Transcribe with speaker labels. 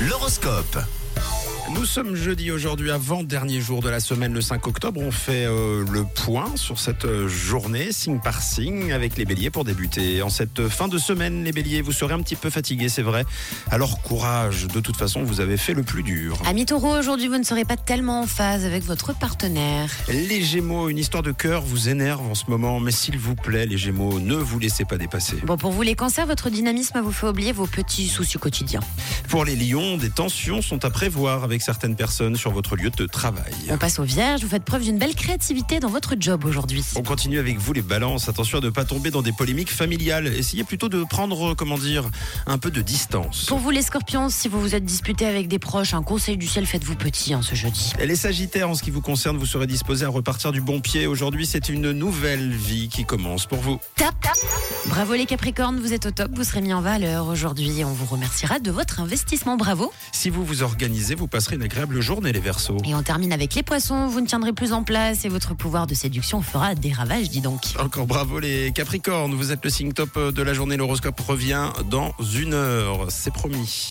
Speaker 1: L'horoscope.
Speaker 2: Nous sommes jeudi aujourd'hui, avant-dernier jour de la semaine, le 5 octobre. On fait euh, le point sur cette euh, journée, signe par signe, avec les béliers pour débuter. En cette fin de semaine, les béliers, vous serez un petit peu fatigués, c'est vrai. Alors courage, de toute façon, vous avez fait le plus dur.
Speaker 3: Amis taureaux, aujourd'hui vous ne serez pas tellement en phase avec votre partenaire.
Speaker 2: Les gémeaux, une histoire de cœur vous énerve en ce moment, mais s'il vous plaît, les gémeaux, ne vous laissez pas dépasser.
Speaker 3: Bon, pour vous les cancers, votre dynamisme vous fait oublier vos petits soucis quotidiens.
Speaker 2: Pour les lions, des tensions sont à prévoir avec certaines personnes sur votre lieu de travail.
Speaker 3: On passe aux vierges, vous faites preuve d'une belle créativité dans votre job aujourd'hui.
Speaker 2: On continue avec vous les balances. Attention à ne pas tomber dans des polémiques familiales. Essayez plutôt de prendre, euh, comment dire, un peu de distance.
Speaker 3: Pour vous les scorpions, si vous vous êtes disputé avec des proches, un conseil du ciel, faites-vous petit hein, ce jeudi.
Speaker 2: Les Sagittaires, en ce qui vous concerne, vous serez disposés à repartir du bon pied. Aujourd'hui, c'est une nouvelle vie qui commence pour vous.
Speaker 3: Tap, tap. Bravo les capricornes, vous êtes au top, vous serez mis en valeur aujourd'hui et on vous remerciera de votre investissement, bravo.
Speaker 2: Si vous vous organisez, vous passerez une agréable journée, les Verseaux.
Speaker 3: Et on termine avec les poissons, vous ne tiendrez plus en place et votre pouvoir de séduction fera des ravages, dis donc.
Speaker 2: Encore bravo les euh, Capricornes, vous êtes le signe top de la journée. L'horoscope revient dans une heure, c'est promis.